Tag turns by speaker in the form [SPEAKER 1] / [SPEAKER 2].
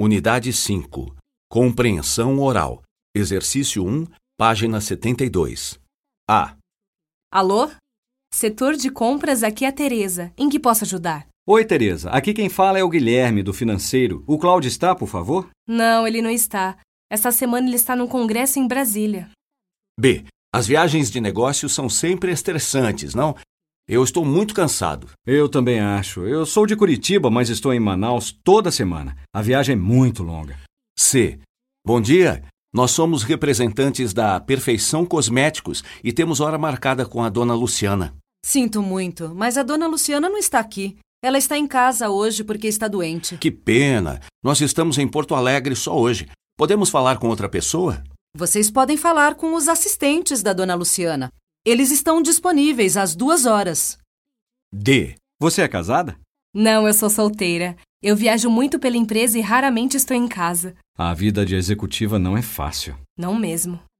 [SPEAKER 1] Unidade 5. Compreensão oral. Exercício 1, página 72. A.
[SPEAKER 2] Alô? Setor de compras, aqui é a Tereza. Em que posso ajudar?
[SPEAKER 3] Oi, Tereza. Aqui quem fala é o Guilherme, do financeiro. O Cláudio está, por favor?
[SPEAKER 2] Não, ele não está. Essa semana ele está num congresso em Brasília.
[SPEAKER 1] B. As viagens de negócio são sempre estressantes, não? Eu estou muito cansado.
[SPEAKER 3] Eu também acho. Eu sou de Curitiba, mas estou em Manaus toda semana. A viagem é muito longa.
[SPEAKER 1] C. Bom dia. Nós somos representantes da Perfeição Cosméticos e temos hora marcada com a dona Luciana.
[SPEAKER 4] Sinto muito, mas a dona Luciana não está aqui. Ela está em casa hoje porque está doente.
[SPEAKER 1] Que pena. Nós estamos em Porto Alegre só hoje. Podemos falar com outra pessoa?
[SPEAKER 4] Vocês podem falar com os assistentes da dona Luciana. Eles estão disponíveis às duas horas.
[SPEAKER 1] D.
[SPEAKER 3] Você é casada?
[SPEAKER 2] Não, eu sou solteira. Eu viajo muito pela empresa e raramente estou em casa.
[SPEAKER 3] A vida de executiva não é fácil.
[SPEAKER 2] Não mesmo.